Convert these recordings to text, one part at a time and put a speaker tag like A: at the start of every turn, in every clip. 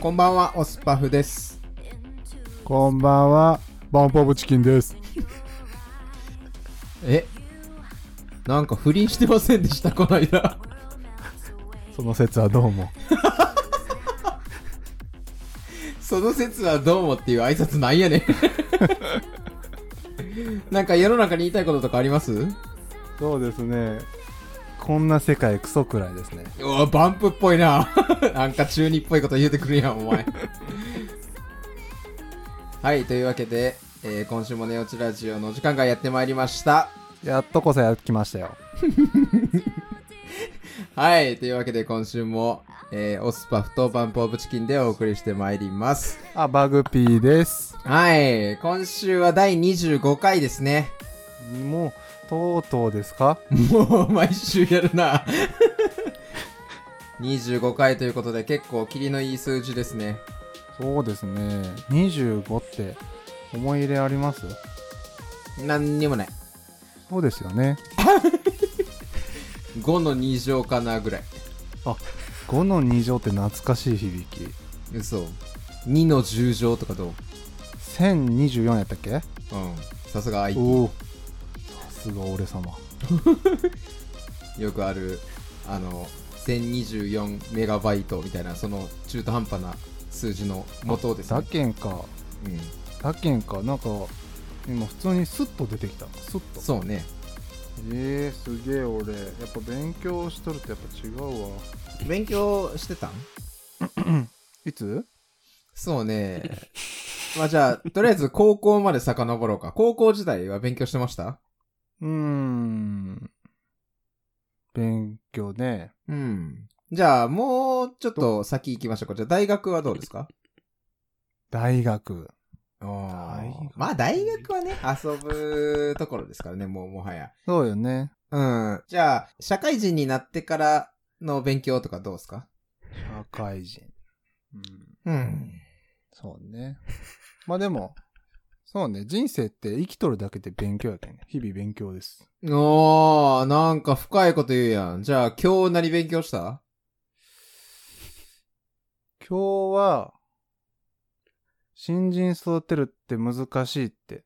A: こんばんは、オスパフです。
B: こんばんは、バンポブチキンです。
A: えなんか不倫してませんでした、この間。
B: その説はどうも。
A: その説はどうもっていう挨拶なんやね ん。なんか世の中に言いたいこととかあります
B: そうですね。こんな世界クソくらいですね。
A: うわ、バンプっぽいな。 なんか中二っぽいこと言うてくるやん、お前。はい、というわけで、えー今週もネオチラジオの時間がやってまいりました。
B: やっとこそやってきましたよ。
A: はい、というわけで今週も、えーオスパフとバンプオブチキンでお送りしてまいります。
B: あ、バグピーです。
A: はい、今週は第25回ですね。
B: もう、とうとうですか
A: もう毎週やるな。25回ということで結構キリのいい数字ですね。
B: そうですね。25って思い入れあります
A: 何にもない。
B: そうですよね。
A: 5の2乗かなぐらい。
B: 5の2乗って懐かしい響き。
A: 嘘。2の10乗とかどう
B: 1024やったっけ
A: うん。さすが IT。
B: おお。さすが俺様。
A: よくある、あの、1024メガバイトみたいな、その中途半端な数字の元です
B: だ
A: ね。
B: けんか。
A: うん。
B: だけんか。なんか、今普通にスッと出てきた。スッと。
A: そうね。
B: えー、すげえ俺やっぱ勉強しとるとやっぱ違うわ
A: 勉強してたん
B: いつ
A: そうね。まあじゃあ、とりあえず高校まで遡ろうか。高校時代は勉強してました
B: うーん勉強ね
A: うん。じゃあ、もうちょっと先行きましょうか。じゃあ、大学はどうですか
B: 大学
A: あ
B: 大学
A: まあ、大学はね、遊ぶところですからね、もうもはや。
B: そうよね
A: うん。じゃあ、社会人になってからの勉強とかどうですか
B: 社会人うん
A: うん。
B: そうねまあでもそうね人生って生きとるだけで勉強やけんね日々勉強です
A: おー、なんか深いこと言うやん。じゃあ、今日何勉強した
B: 今日は新人育てるって難しいって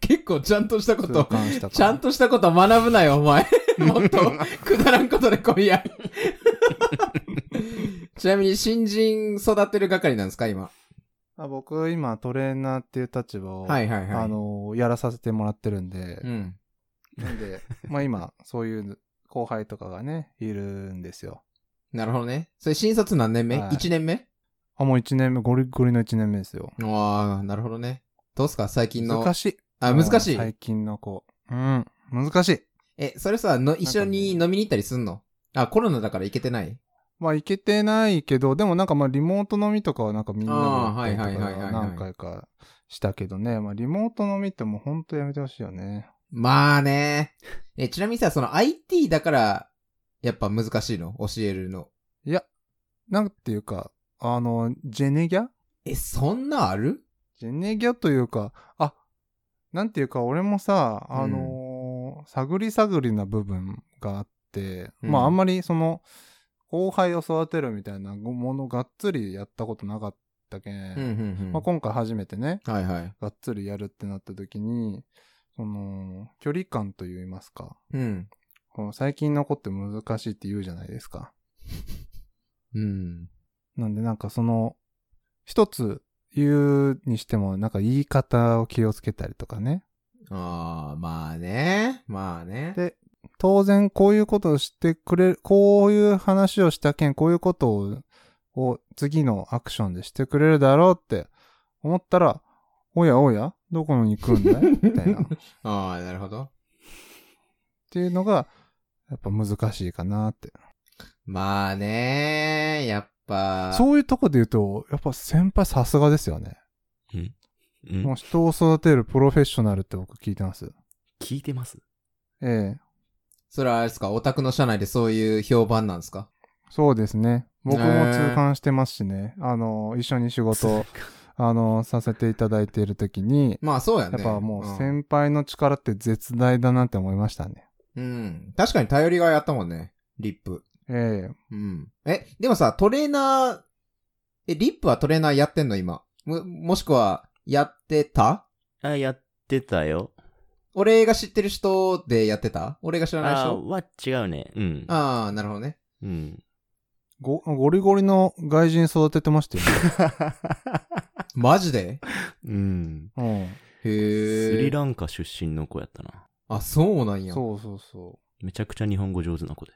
A: 結構ちゃんとしたこ
B: 痛
A: と。
B: 感したから
A: ちゃんとしたことは学ぶなよ、お 前。もっと、くだらんことで来い や。ちなみに、新人育てる係なんですか、今。
B: あ僕今トレーナーっていう立場を
A: はいはいはい。
B: あ、のやらさせてもらってるんで、
A: うん。
B: なんで、まあ今、そういう後輩とかがね、いるんですよ。
A: なるほどね。それ、新卒何年目、
B: はい
A: ?1 年目
B: あ、もう1年目、ゴリゴリの1年目ですよ。
A: ああ、なるほどね。どうすか、最近の。
B: 難
A: しい。
B: しい。
A: あ、難しい
B: もう。最近の子。うん、難しい。
A: え、それさ、の、一緒に
B: なん
A: 飲みに行ったりすんのあ、コロナだから行けてない
B: まあ、いけてないけど、でもなんかまあ、リモート飲みとかはなんかみんなで
A: あー
B: やったりとか
A: はいはいはいはいはい
B: 何回かしたけどね、まあ、リモート飲みってもうほんとやめてほしいよね。
A: まあね。え、ちなみにさ、その IT だから、やっぱ難しいの教えるの。
B: いや、なんていうか、あの、ジェネギャ
A: え、そんなある
B: ジェネギャというか、あ、なんていうか、俺もさ、あのー探り探りな部分があって、
A: うん
B: まああんまりその、後輩を育てるみたいなものがっつりやったことなかったけん、
A: うん、うん、う
B: まあ
A: ん。
B: 今回初めてね、
A: はいはい。
B: がっつりやるってなった時に、その、距離感といいますか、
A: うん。
B: この最近の子って難しいって言うじゃないですか。
A: うん。
B: なんでなんかその、一つ言うにしても、なんか言い方を気をつけたりとかね。
A: ああ、まあね。まあね。
B: で、当然こういうことをしてくれる、こういう話をした件、こういうことを、を次のアクションでしてくれるだろうって思ったら、おやおや、どこに行くんだ いみたいな。っ
A: ああ、なるほど。
B: ていうのが、やっぱ難しいかなって。
A: まあね。やっぱ。
B: そういうとこで言うと、やっぱ先輩さすがですよね。
C: うん
B: もう人を育てるプロフェッショナルって僕聞いてます。
C: 聞いてます
B: ええ。
A: それはあれですかオタクの社内でそういう評判なんですか
B: そうですね。僕も
A: ねえ
B: 痛感してますしね。あの、一緒に仕事を、あの、させていただいているときに、
A: まあそうや
B: や
A: ね。
B: っぱもうん先輩の力って絶大だなって思いましたね。
A: うん。確かに頼りがいあったもんね。リップ。
B: ええ
A: うん。え、でもさ、トレーナーえ、リップはトレーナーやってんの今。も、もしくは、やってた
C: あ、やってたよ。
A: 俺が知ってる人でやってた俺が知らない
C: あ
A: 人
C: は違うね。うん。
A: ああ、なるほどね。
C: うん。
B: ごゴリゴリの外人育ててましたよ
A: マジで
C: うん。
B: ね。
A: へえ。
C: スリランカ出身の子やったな。
A: あ、そうなん
B: うん。
A: や。
B: そうそうそ
C: めちゃくちゃ日本語上手な子で。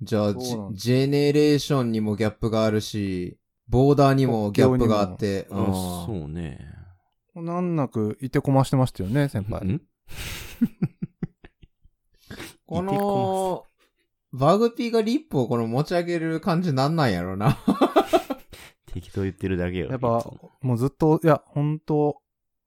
A: じゃあ、
B: そう
A: ジ
B: なんだ
A: ジェネレーションにもギャップがあるし、ボーダーにもギャップがあって。
C: あ
A: あー
C: そうね。
B: う。難なくいてこましてましたよね、先輩。
C: ん
A: こ
C: いて
A: の
C: こ、
A: バグピーがリップをこの持ち上げる感じなんなんやろ な。
C: 適当言ってるだけよ。
B: やっぱ
C: いつも
B: もうずっと、いや、本当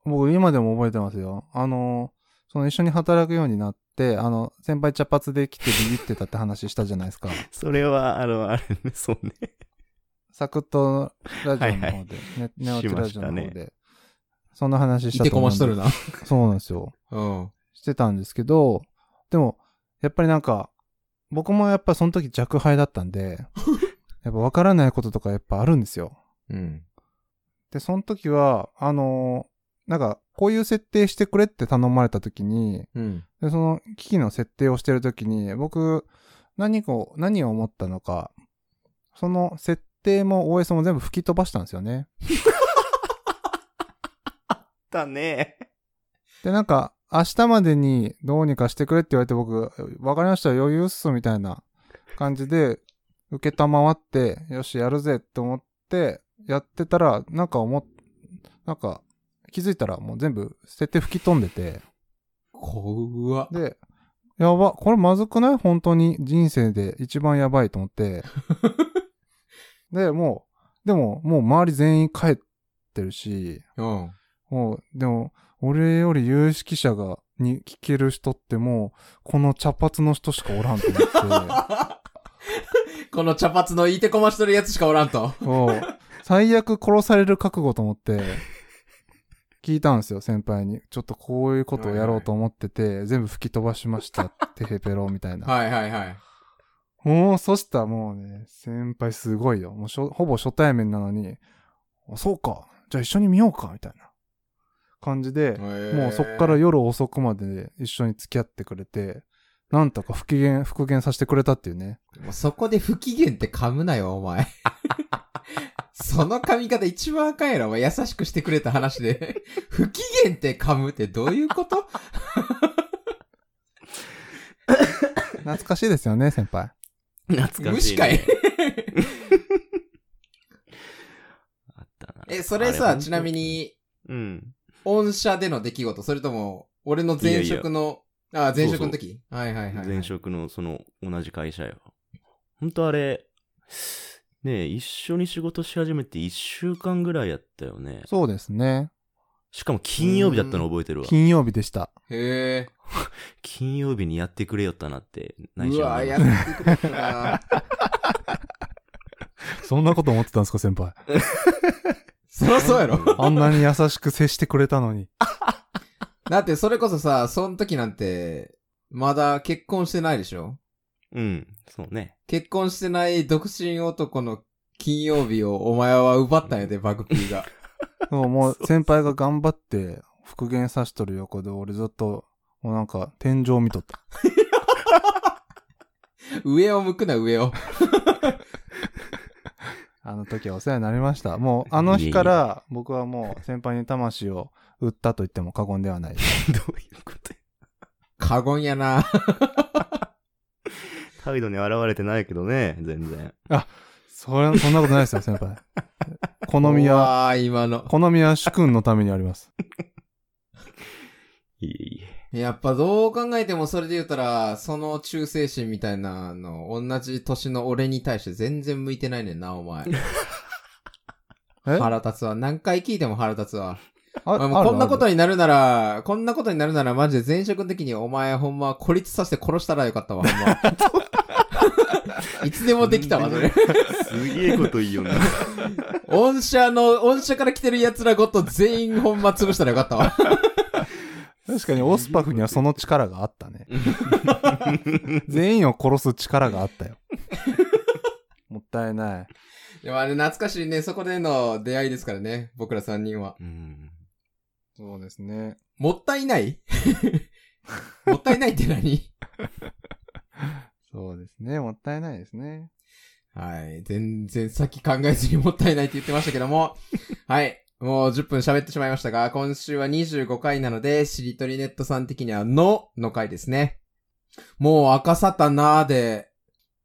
B: 僕今でも覚えてますよ。あの、その一緒に働くようになって、あの、先輩茶髪で来てビビってたって話したじゃないですか。
C: それは、あの、あれね、そうね。
B: サクッとラジオの方で、
C: はいはい
B: ね、ネオチラジオの方
C: しま
B: で、
C: した
B: そんな話し
A: い
B: た
A: て
B: と
A: こ
B: 思う
A: ま
B: んで
A: しとるな。
B: そうなんですよ。
A: うん。
B: してたんですけど、でも、やっぱりなんか、僕もやっぱその時弱敗だったんで、やっぱ分からないこととかやっぱあるんですよ。
A: うん。
B: で、その時は、あのーなんか、こういう設定してくれって頼まれた時に、
A: うん。
B: で、その機器の設定をしてる時に、僕、何を、何を思ったのか、その設定も OS も全部吹き飛ばしたんですよね。
C: だね。
B: で、なんか、明日までにどうにかしてくれって言われて僕、わかりました、余裕っす、みたいな感じで、受けたまわって、よし、やるぜって思って、やってたら、なんか思っ、なんか、気づいたらもう全部捨てて吹き飛んでて、
A: 怖っ。
B: で、やば、これまずくない本当に人生で一番やばいと思って。で、もう、でも、もう周り全員帰ってるし、
A: うん。
B: もう、でも、俺より有識者が、に聞ける人ってもう、この茶髪の人しかおらんと思って、
A: この茶髪のいてこましとるやつしかおらんと。
B: そう最悪殺される覚悟と思って、聞いたんですよ、先輩に。ちょっとこういうことをやろうと思ってて、全部吹き飛ばしました、テヘペロみたいな。
A: はいはいはい。
B: もう、そしたらもうね、先輩すごいよ。もうしょ、ほぼ初対面なのに、あそうか、じゃあ一緒に見ようか、みたいな感じで、もうそっから
A: へー
B: 夜遅くまで一緒に付き合ってくれて、なんとか復元、復元させてくれたっていうね。
A: もうそこで不機嫌って噛むなよ、お前。 その噛み方一番あかんやろ、お前。優しくしてくれた話で。 不機嫌って噛むってどういうこと
B: 懐かしいですよね、先輩。
C: 懐か
A: 無
C: し
A: 視
C: い、ね。
A: かい。
C: あったな。
A: え、それ
C: あ
A: さ、
C: 本当
A: ちなみ。に、
C: うん。
A: 御社での出来事、それとも、俺の前職の、あ、前職の時はいはいはいはい。
C: 前職のその同じ会社よ。ほんとあれ、ねえ、一緒に仕事し始めて1週間ぐらいやったよね。
B: そうですね。
C: しかも金曜日だったの覚えてるわ。
B: 金曜日でした。
A: へえ。
C: 金曜日にやってくれよったなって、内
A: う
C: 緒に
A: わ、やってくれた な。
B: そんなこと思ってたんですか、先輩。
A: そりゃそうやろ。
B: あんなに優しく接してくれたのに。
A: だって、それこそさ、その時なんて、まだ結婚してないでしょ
C: うん、そうね。
A: 結婚してない独身男の金曜日をお前は奪ったんやで、バグピーが。
B: そうもう先輩が頑張って復元さしとる横で、俺ずっと、もうなんか天井見とった。
A: 上を向くな、上を。
B: あの時はお世話になりました。もうあの日から僕はもう先輩に魂を売ったと言っても過言ではない。
C: どういうことや
A: 過言やな。
C: 態度に現れてないけどね、全然。
B: それ、そんなことないですよ、先輩。 好みは
A: は。今 の。
B: 好みは主君のためにあります。
C: いえいえ。
A: やっぱどう考えてもそれで言ったら、その忠誠心みたいなの、同じ年の俺に対して全然向いてないねんな、お前。
B: え
A: 腹立つわ。何回聞いても腹立つわ。
B: あ
A: お前もうこんなこと
B: ある
A: になるなら、こんなことになるならマジで前職の時にお前ほんま孤立させて殺したらよかったわ、ほん ま。いつでもできたわ、それ。
C: すげえこといいよな。
A: 御社の、御社から来てる奴らごと全員ほんま潰したらよかったわ。
B: ある確かにオスパフにはその力があったね。 全員を殺す力があったよ。もったいない。
A: でもあれ懐かしいね、そこでの出会いですからね、僕ら3人は。
C: うん。
B: そうですね。
A: もったいない もったいないって何
B: そうですね。もったいないですね。
A: はい。全然さっき考えずにもったいないって言ってましたけど も。はい。もう10分喋ってしまいましたが、今週は25回なので、しりとりネットさん的にはのの回ですね。もう赤さたなーで、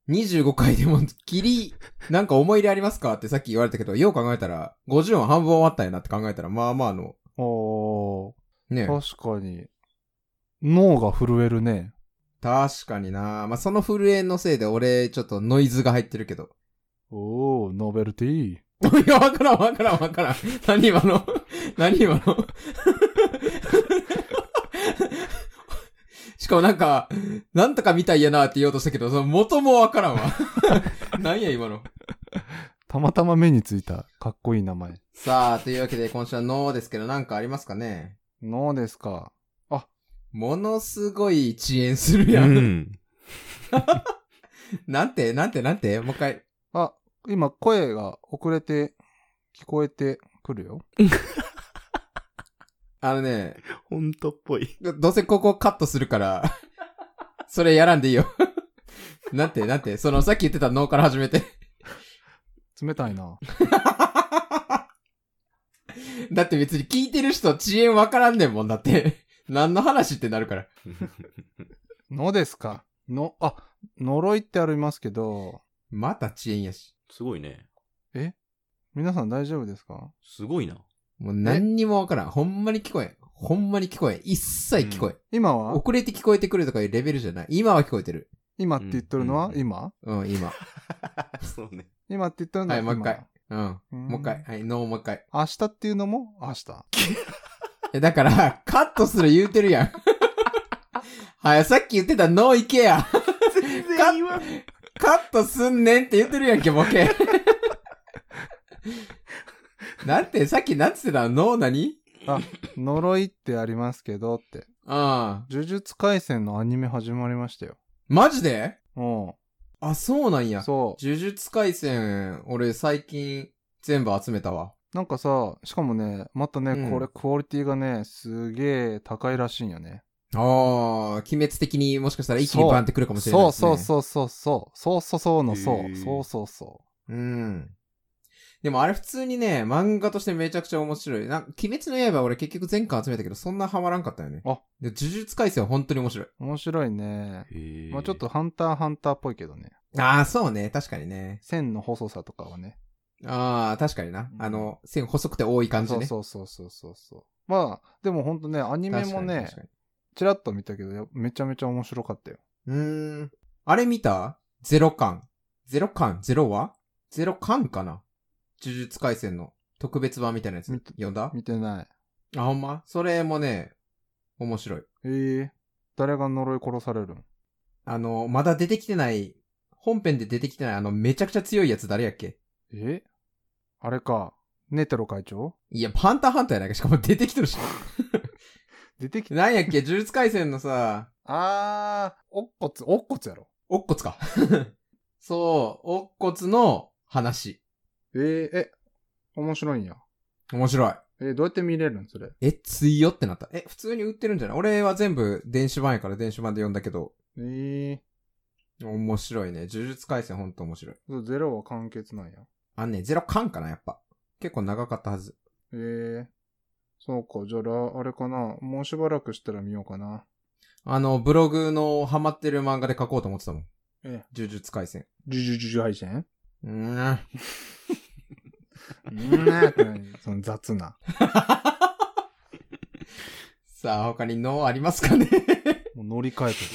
A: 25回でも、きり、なんか思い入れありますかってさっき言われたけど、よう考えたら、50音半分終わったよなって考えたら、まあまあの、
B: おー、
A: ね。
B: 確かに。脳が震えるね。
A: 確かになまあ、その震えのせいで俺、ちょっとノイズが入ってるけど。
B: おー、ノベルティー。
A: いや、わからんわからんわからん。何今の何今のしかもなんか、なんとかみたいやなって言おうとしたけど、その元もわからんわ。何や今の。
B: たまたま目についた、かっこいい名前。
A: さあ、というわけで今週はノーですけど、なんかありますかね
B: 脳ですか。
A: ものすごい遅延する
C: う
A: やん。
C: ん。
A: なんて、なんて、なんて、もう一回。
B: あ、今声が遅れて、聞こえてくるよ。
A: あのね、
C: 本当っぽい。
A: どどうせここカットするから、それやらんでいいよ。なんて、なんて、そのさっき言ってたノーから始めて。
B: 冷たいな。
A: だって別に聞いてる人遅延わからんねんもんだって。 何の話ってなるから。
B: のですか。の、あ、呪いってありますけど、
A: また遅延やし。
C: すごいね。
B: 皆さん大丈夫ですか
C: すごいな。
A: もう何にもわからん。ほんまに聞こえん。ほんまに聞こえん。一切聞こえん。
B: 今は
A: 遅れて聞こえてくるとかいうレベルじゃない。今は聞こえてる。
B: 今って言っとるの
C: う
B: は
C: ん
B: 今
A: うん、今。
C: そうね。
B: 今って言っとるのは
A: はいも
B: 今
A: う一回。うん。
B: ん
A: もう一回。。はい、ノーもう一回。
B: 明日っていうのも明日。
A: え、だから、カットする言うてるやん。 はい、さっき言ってたノー行けや。
C: 全然言わん。
A: カットすんねんって言ってるやんけ、ボ ケ。なんて、さっきなんつってたのノー何
B: 呪いってありますけどって。
A: うん。
B: 呪術廻戦のアニメ始まりましたよ。
A: マジで
B: う
A: あ、そうなん
B: ん。
A: や。
B: そ
A: 呪術廻戦、俺最近全部集めたわ。
B: う。なんかさ、しかもね、またね、
A: うん
B: これクオリティがね、すげえ高いらしいんよね。
A: あー、鬼滅的にもしかしたら一気に
B: そう
A: バンってくるかもしれない
B: そう
A: です、ね。。
B: そうそうそうそう。そうそうそうのそ
C: へ
B: う。
C: ー
B: そうそうそう
A: うん。でもあれ普通にね、漫画としてめちゃくちゃ面白い。なんか、鬼滅の刃俺結局全巻集めたけど、そんなハマらんかったよね。
B: あ
A: で、呪術廻戦は本当に面白い。
B: う。面白いね。
C: へえ
B: まあちょっと。ハンターハンターっぽいけどね。
A: あー、そうね。確かにね。
B: 線の細さとかはね。
A: あー、確かにな
B: う。ん
A: あの、線細くて多い感じね。う
B: そうそうそうそうそう。まあ、でもほんとね、アニメもね、チラッと見たけど、やめちゃめちゃ面白かったよ。
A: うーん。あれ見たゼロ巻。ゼロ巻ゼロはゼロ巻かな呪術廻戦の特別版みたいなやつ
B: 見た
A: 読んだ
B: 見てない。
A: あ、ほんまそれもね、面白い。
B: ええ誰が呪い殺されるん
A: あの、まだ出てきてない、本編で出てきてないあのめちゃくちゃ強いやつ誰やっけ
B: えあれか。ネテロ会長
A: いや、ハンターハンターやないか。しかも出てきてる し。
B: 出てきた。
A: なんやっけ呪術廻戦のさ、
B: あー、おっこつ、おっこつやろ。
A: おっこつか。 そう、おっこつの話。
B: えー、え、面白いんや。
A: 面白い。
B: えーどうやって見れるんそれ。
A: え、強ってなった。え、普通に売ってるんじゃない俺は全部電子版やから電子版で読んだけど、
B: えー、
A: 面白いね。呪術廻戦ほんと面白い。
B: そうゼロは完結なんや。
A: あんね、ゼロ巻かな、やっぱ。結構長かったはず。
B: えー、そうか。じゃあら、あれかな。もうしばらくしたら見ようかな。
A: あの、ブログのハマってる漫画で書こうと思ってたもん。
B: え
A: 呪術廻戦。
B: ジュジュジュジュ配信
A: うーん。
B: うーんって何その雑な。
A: さあ、他に脳ありますかね
B: もう乗り換えて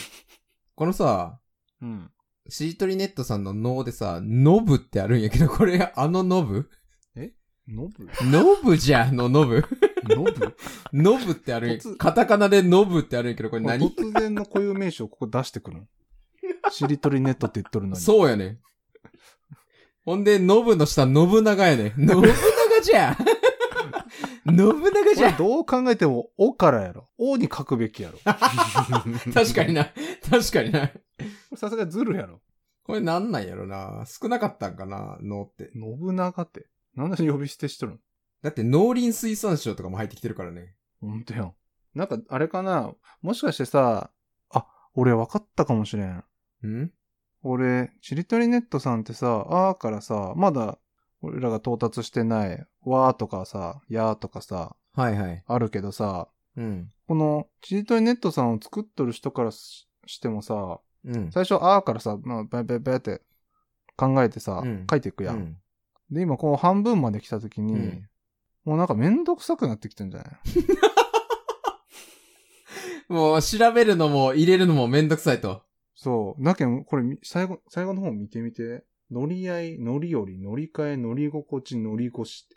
A: このさ、
B: る。うん。
A: シートリネットさんの脳でさ、ノブってあるんやけど、これ、あのノブ
B: ノブ
A: ノブじゃんのノブ。
B: ノブ
A: ノブってあるんや
B: 突。
A: カタカナでノブってあるんやけど、これ何
B: 突然の固有名詞をここ出してくるのしりとりネットって言っとるのに。
A: そうやね。ほんで、ノブの下、信長やね。信長じ ゃん信長じゃ
B: 俺
A: ん
B: どう考えても、おからやろ。おに 書くべきやろ。
A: 確かにな。確かにな。
B: さすがにずるやろ。
A: これなんなんやろな。少なかったんかな、脳って。
B: 信長って。なんで呼び捨てしとるの
A: だって農林水産省とかも入ってきてるからね。
B: ほんとやん。なんか、あれかなもしかしてさ、あ、俺分かったかもしれん。
A: ん
B: 俺、ちりとりネットさんってさ、あーからさ、まだ、俺らが到達してない、わーとかさ、やーとかさ、
A: はいはい。
B: あるけどさ、
A: うん。
B: この、ちりとりネットさんを作っとる人からししてもさ、
A: うん。
B: 最初、あーからさ、まあ、ばばばって考えてさ、
A: うん
B: 書いていく
A: う
B: やん。
A: ん。
B: で、今この半分まで来た時に、
A: うん
B: もうなんかめんどくさくなってきてんじゃない
A: もう調べるのも入れるのもめんどくさいと。
B: そう。だけど、これみ、最後、最後の方見てみて。乗り合い、乗り降り、乗り換え、乗り心地、乗り越し。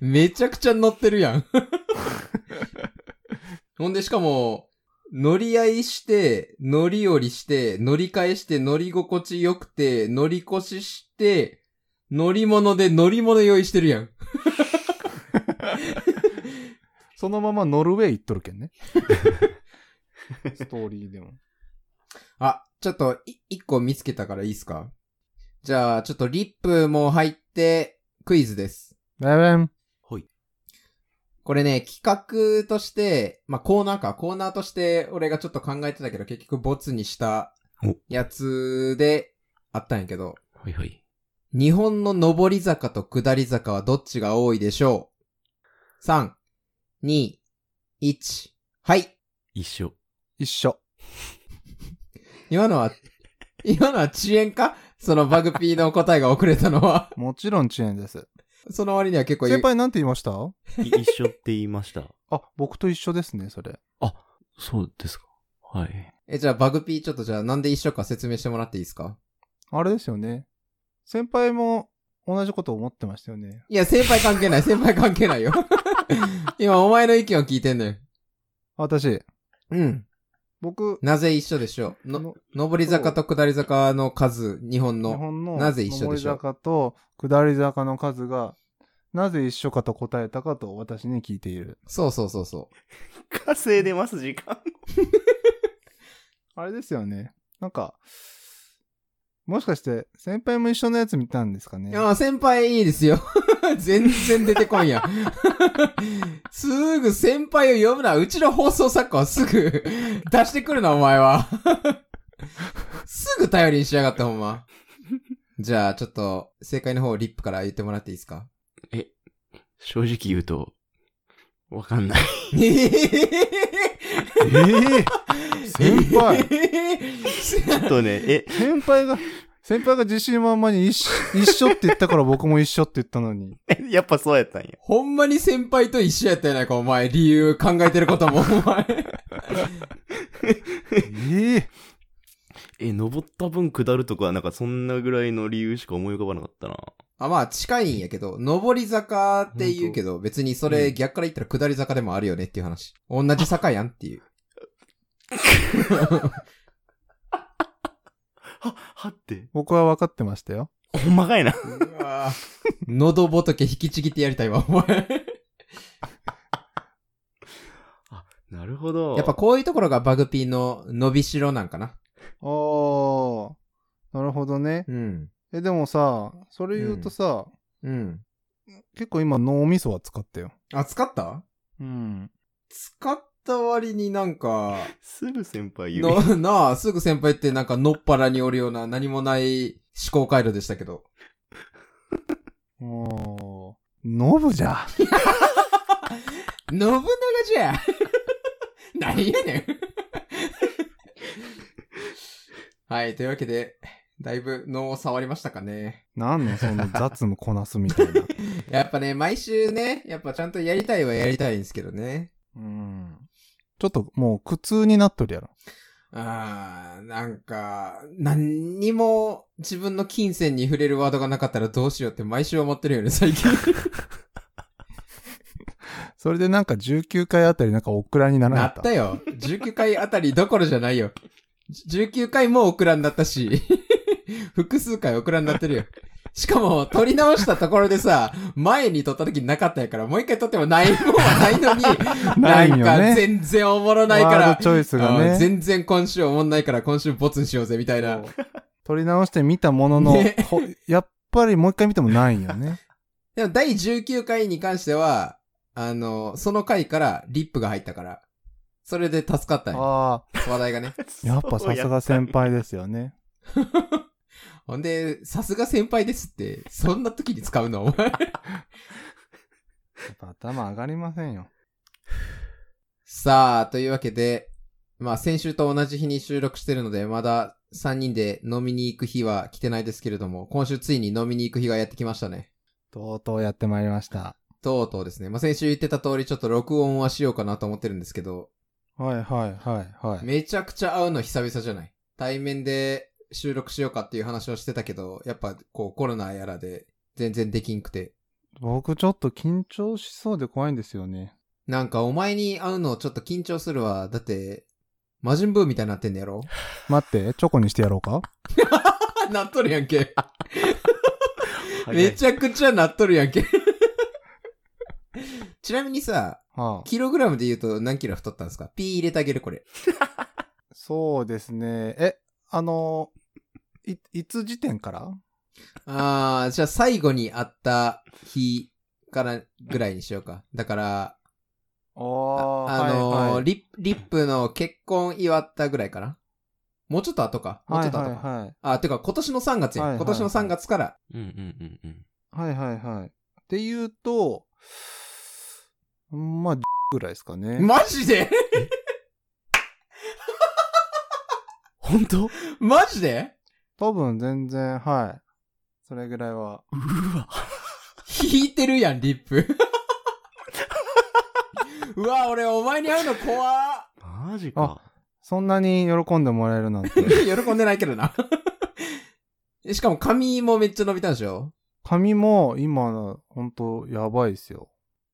A: めちゃくちゃ乗ってるやん。ほんでしかも、乗り合いして、乗り降りして、乗り換えして、乗り心地良くて、乗り越しして、乗り物で乗り物用意してるやん。
B: そのままノルウェー行っとるけんね。 ストーリーでも。
A: あ、ちょっと、い一個見つけたからいいっすかじゃあ、ちょっとリップも入って、クイズです。
B: ベベン。
C: はい。
A: これね、企画として、まあ、コーナーか、コーナーとして、俺がちょっと考えてたけど、結局ボツにした
C: お、
A: やつで、あったんやけど、
C: はいはい。
A: 日本の上り坂と下り坂はどっちが多いでしょう ?3、2、1、はい。
C: 一緒。
B: 一緒。
A: 今 のは、今のは遅延かそのバグピーの答えが遅れたのは。
B: もちろん遅延です。
A: その割には結構言う
B: 先輩なんて言いました
C: い一緒って言いました。
B: あ、僕と一緒ですね、それ。
C: そうですか。はい。
A: え、じゃあバグピーちょっとじゃあなんで一緒か説明してもらっていいですか
B: あれですよね。先輩も同じこと思ってましたよね。
A: いや、先輩関係 ない、先輩関係ないよ。今お前の意見を聞いてんのよ。
B: 私、
A: うん。
B: 僕、
A: なぜ一緒でしょうの、
B: の
A: 上り坂と下り坂の数、日本
B: 日
A: の。
B: 本の
A: なぜ一緒でしょう
B: 上り坂と下り坂の数がなぜ一緒かと答えたかと私に聞いている。
A: そうそうそうそ
C: 稼いでます、時間。
B: あれですよね。なんか、もしかして先輩も一緒のやつ見たんですか
A: う。
B: ね
A: い。や、先輩いいですよ。 全然出てこん やん。すぐ先輩を呼ぶな。うちの放送作家はすぐ 出してくるな、お前 は。すぐ頼りにしやがった、ほんま。じゃあ、ちょっと、正解の方をリップから言ってもらっていいです か
C: え、正直言うと、わかんない。
A: え
B: ええ先輩
C: ちょっとね、え、
B: 先輩が、先輩が自信満々に一 緒一緒って言ったから僕も一緒って言ったのに。
C: えやっぱそうやったんや。
A: ほんまに先輩と一緒やったやないか、お前。理由考えてることも、お前。
B: ええ
C: え、登った分下るとか、なんかそんなぐらいの理由しか思い浮かばなかったな。
A: あ、まあ、近いんやけど、上り坂って言うけど、別にそれ逆から言ったら下り坂でもあるよねっていう話。同じ坂やんっていう。
C: は、はって。
B: 僕は分かってましたよ。
C: ほんまかいな。
A: うわぁ喉仏引きちぎってやりたいわ、お前。
C: なるほど。
A: やっぱ、こういうところがバグピーの伸びしろなんかな。
B: あー、なるほどね。
A: うん。
B: え、でもさ、それ言うとさ、
A: うん。
B: 結構今脳みそは使ったよ。
A: あ、使った
B: うん。
A: 使った割になんか、
C: すぐ先輩 言う。
A: の、なあ、すぐ先輩ってなんかのっぱらにおるような何もない思考回路でしたけど。
B: おー、ノブじゃ。
A: 信長じゃ 何やねんはい、というわけで、だいぶ脳を触りましたかね。
B: なんのそ の雑務こなすみたいな。
A: やっぱね、毎週ね、やっぱちゃんとやりたいはやりたいんですけどね。
B: うん。ちょっともう苦痛になっとるやろ。
A: あー、なんか、何にも自分の金銭に触れるワードがなかったらどうしようって毎週思ってるよね、最近。
B: それでなんか19回あたりなんかオクラになら
A: な
B: な
A: っ
B: かったた。
A: よ。19回あたりどころじゃないよ。19回もオクラになったし、複数回オクラになってるよ。しかも、撮り直したところでさ、前に撮った時なかったやから、もう一回撮ってもないもんはないのに、
B: ないよね
A: んか全然おもろないか
B: ワー
A: ら
B: ド、チョイスが
A: うん
B: ね。
A: 全然今週おもんないから、今週ボツにしようぜ、みたいな。
B: 撮り直してみたものの、
A: ね
B: ほやっぱりもう一回見てもないよ ね。
A: でも、第19回に関しては、あの、その回からリップが入ったから、それで助かったんよ
B: ああ、
A: 話題がね。
B: やっぱさすが先輩ですよね。
A: ほんで、さすが先輩ですって、そんな時に使うの お前。
B: やっぱ頭上がりませんよ。
A: さあ、というわけで、まあ先週と同じ日に収録してるので、まだ3人で飲みに行く日は来てないですけれども、今週ついに飲みに行く日がやってきましたね。
B: とうとうやってまいりました。
A: とうとうですね。まあ先週言ってた通りちょっと録音はしようかなと思ってるんですけど、
B: はいはいはいはい。
A: めちゃくちゃ会うの久々じゃない対面で収録しようかっていう話をしてたけど、やっぱこうコロナやらで全然できんくて。
B: 僕ちょっと緊張しそうで怖いんですよね。
A: なんかお前に会うのちょっと緊張するわ。だって、魔人ブーみたいになってんのやろ
B: 待って、チョコにしてやろうか
A: なっとるやんけ。
C: め
A: め
C: っちゃ。
A: ちゃくちゃなっとるやんけ。 ちなみにさ、
B: はあ、
A: キログラムで言うと何キロ太ったんですか ?P 入れてあげるこれ。
B: そうですね。え、あの、い、いつ時点から
A: あー、じゃあ最後に会った日からぐらいにしようか。だから、
B: あ
A: ああ
B: あ
A: のー
B: はいはい、
A: リップ、リップの結婚祝ったぐらいかなもうちょっと後か。もうちょっと後か。
B: はいはいはい。
A: あ、てか今年の3月や。
B: はいはい
A: 今年の3月から。
C: うんうんうんうん。
B: はいはいはい。っていうと、まあ、ぐらいですかね。
A: マジで
C: 本当う
A: マジで
B: 多分全然、はい。それぐらいは。
C: わ。
A: 引いてるやん、リップ。うわ、俺、お前に会うの怖っ
C: マジか。
B: そんなに喜んでもらえる なんて。
A: 喜んでないけどな。しかも髪もめっちゃ伸びたんでしょ
B: 髪も今、ほんとやばいっすよ。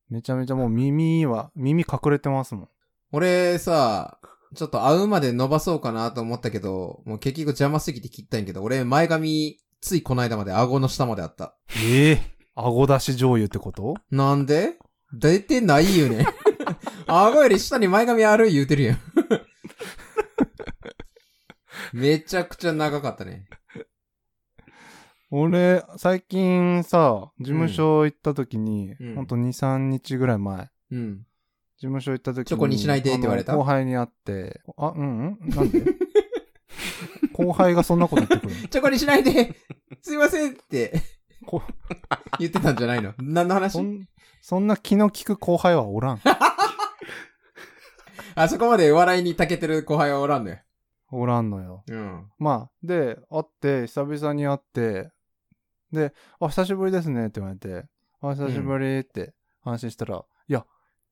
B: めちゃめちゃもう耳は、耳隠れてますもん。
A: 俺さ、ちょっと会うまで伸ばそうかなと思ったけど、もう結局邪魔すぎて切ったんやけど、俺前髪ついこの間まで顎の下まであった。
B: ええ顎出し醤油ってこと
A: なんで出てないよ ね。顎より下に前髪ある言うてるやん。めちゃくちゃ長かったね。
B: 俺、最近さ、事務所行った時に、
A: うん
B: ほんと2、3日ぐらい前、事
A: うん。
B: 務所行った時に、
A: チョコにしないでって言われた
B: あの後輩に会って、あ、うんうんなんで 後輩がそんなこと言ってくるの
A: チョコにしない で、すいませんって
B: こ
A: 言ってたんじゃないの何の話
B: そんそんな気の利く後輩はおらん。
A: あそこまで笑いに長けてる後輩はおらんのよ。
B: おらんのよ。
A: うん。
B: まあ、で、会って、久々に会って、で、あ、久しぶりですねって言われて、あ、久しぶりって話したら、いや、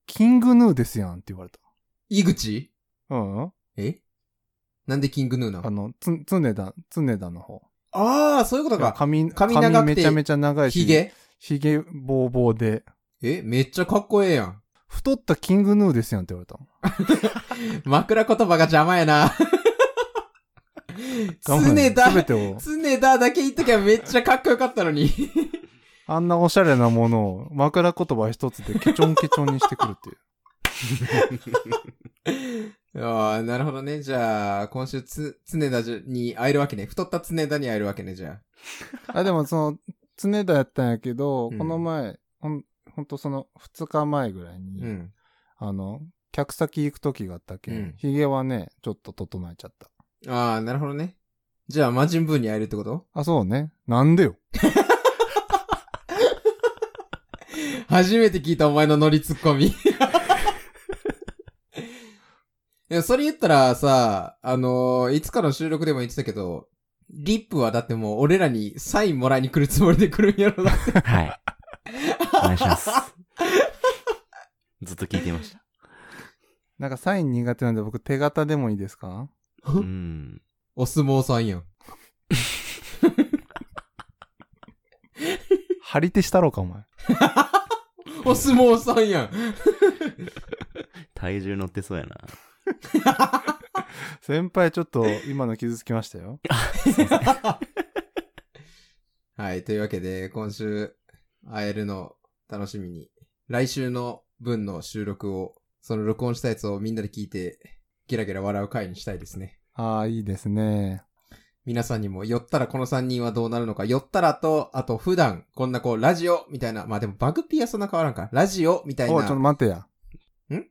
B: キングヌーですやんって言われた。
A: 井口
B: うん、うん、
A: えなんでキングヌーな
B: あ
A: の
B: の、つ、つねだ、つねだの方。
A: ああ、そういうことか。
B: 髪、
A: 髪長くて
B: 髪めちゃめちゃ長いし、
A: ヒゲ
B: ひげぼうぼうで、
A: えめっちゃかっこええやん。
B: 太ったキングヌーですやんって言われた。
A: 枕言葉が邪魔や な。
B: 我慢
A: 常
B: すべ
A: 田、
B: てを、
A: 常田だけ言っときゃめっちゃかっこよかったのに。
B: あんなおしゃれなものを枕言葉一つでケチョンケチョンにしてくるっていう。
A: ああ、なるほどね。じゃあ、今週つ、常田じゅに会えるわけね。太った常田に会えるわけね、じゃ
B: あ、でもその、常田やったんやけど、
A: うん
B: この前、ほん、ほんとその、2日前ぐらい
A: あ。
B: に、
A: うん。
B: あの、客先行く時があったけ、
A: うんん、
B: ヒゲはね、ちょっと整えちゃった。
A: ああ、なるほどね。じゃあ、魔人ブーに会えるってこと
B: あ、そうね。なんでよ。
A: 初めて聞いたお前のノリツッコ ミ。でもそれ言ったらさ、あのーいつかの収録でも言ってたけど、リップはだってもう俺らにサインもらいに来るつもりで来るんやろ な。
C: はい。お願いします。ずっと聞いていました。
B: なんかサイン苦手なんで僕手形でもいいですか
C: うん。
A: お相撲さんやん。
B: 張り手したろうか、お前。
A: お相撲さんやん。
C: 体重乗ってそうやな。
B: 先輩ちょっと今の傷つきましたよ。
A: はい。というわけで、今週会えるの楽しみに、来週の分の収録を、その録音したやつをみんなで聞いて、ゲラゲラ笑う回にしたいですね。
B: ああ、いいですね。
A: 皆さんにも、寄ったらこの3人はどうなるのか、寄ったらと、あと普段、こんなこう、ラジオみたいな、まあでもバグピーはそんな変わらんか。ラジオみたい
B: おいちょっと
A: な。
B: 待てや。
A: ん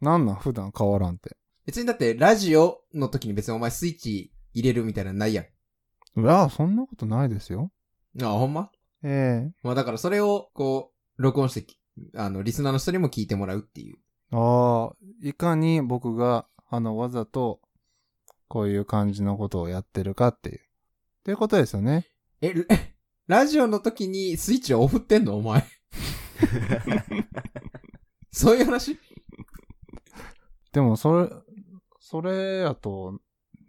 B: なんなん普段変わらんって。
A: 別にだって、ラジオの時に別にお前スイッチ入れるみたいなのないやん。
B: いや、そんなことないですよ。
A: ああ、ほんま
B: ええ
A: まあだからそれを、こう、録音してき、あの、リスナーの人にも聞いてもらうっていう。
B: ああ、いかに僕が、あの、わざと、こういう感じのことをやってるかっていう。っていうことですよね。
A: え、 ララジオの時にスイッチをオフってんのお 前。そういう話
B: でも、それ、それやと、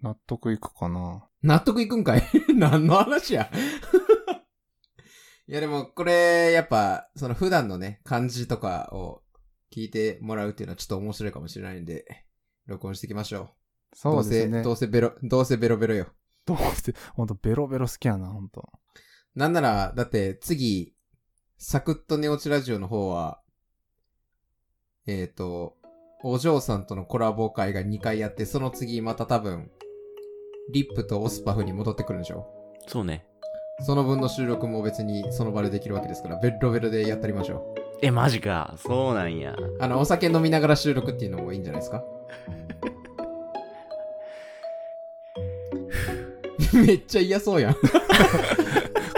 B: 納得いくかな。
A: 納得いくんかい 何の話や いやでも、これ、やっぱ、その普段のね、感じとかを聞いてもらうっていうのはちょっと面白いかもしれないんで、録音していきましょう。
B: そうですね。
A: ど
B: ど
A: うせ、どうせベロ、どうせベロベロよ。
B: うして、ほんと、ベロベロ好きやな、ほんと。
A: なんなら、だって次、サクッと寝落ちラジオの方は、えっ、と、お嬢さんとのコラボ会が2回やって、その次また多分、リップとオスパフに戻ってくるんでしょ
C: そうね。
A: その分の収録も別にその場でできるわけですから、ベロベロでやったりましょ
C: え、マジか。そうなんや。
A: う。あの、お酒飲みながら収録っていうのもいいんじゃないです かめっちゃ嫌そうやん。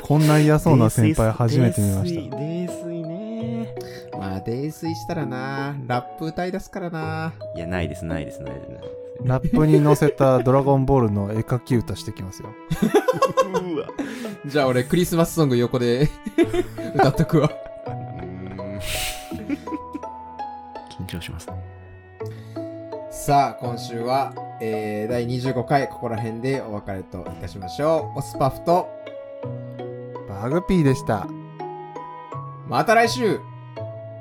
B: こんな嫌そうな先輩初めて見ました。
C: 泥酔泥酔ね。
A: まあ、泥酔したらな、ラップ歌い出すからな。
C: いや、ないです、ないです、ない です。ないで
B: ラップに乗せたドラゴンボールの絵描き歌してきますよ。
C: すうわ。
A: じゃあ俺クリスマスソング横で 歌っとくわ。
C: 緊張しますね。
A: さあ、今週は、えー、第25回ここら辺でお別れといたしましょう。オスパフと、
B: バグピーでした。
A: また来週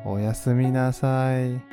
B: おやすみなさい。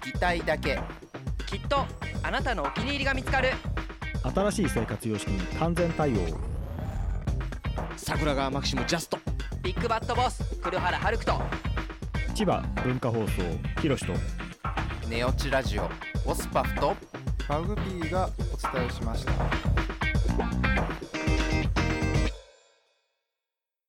D: 聞きたいだけ
E: きっとあなたのお気に入りが見つかる
F: 新しい生活様式に完全対応
G: 桜川マキシムジャスト
E: ビッグバットボス黒原遥人
F: 千葉文化放送ひろしと
D: ネオチラジオオスパフと
B: バグピーがお伝えしました。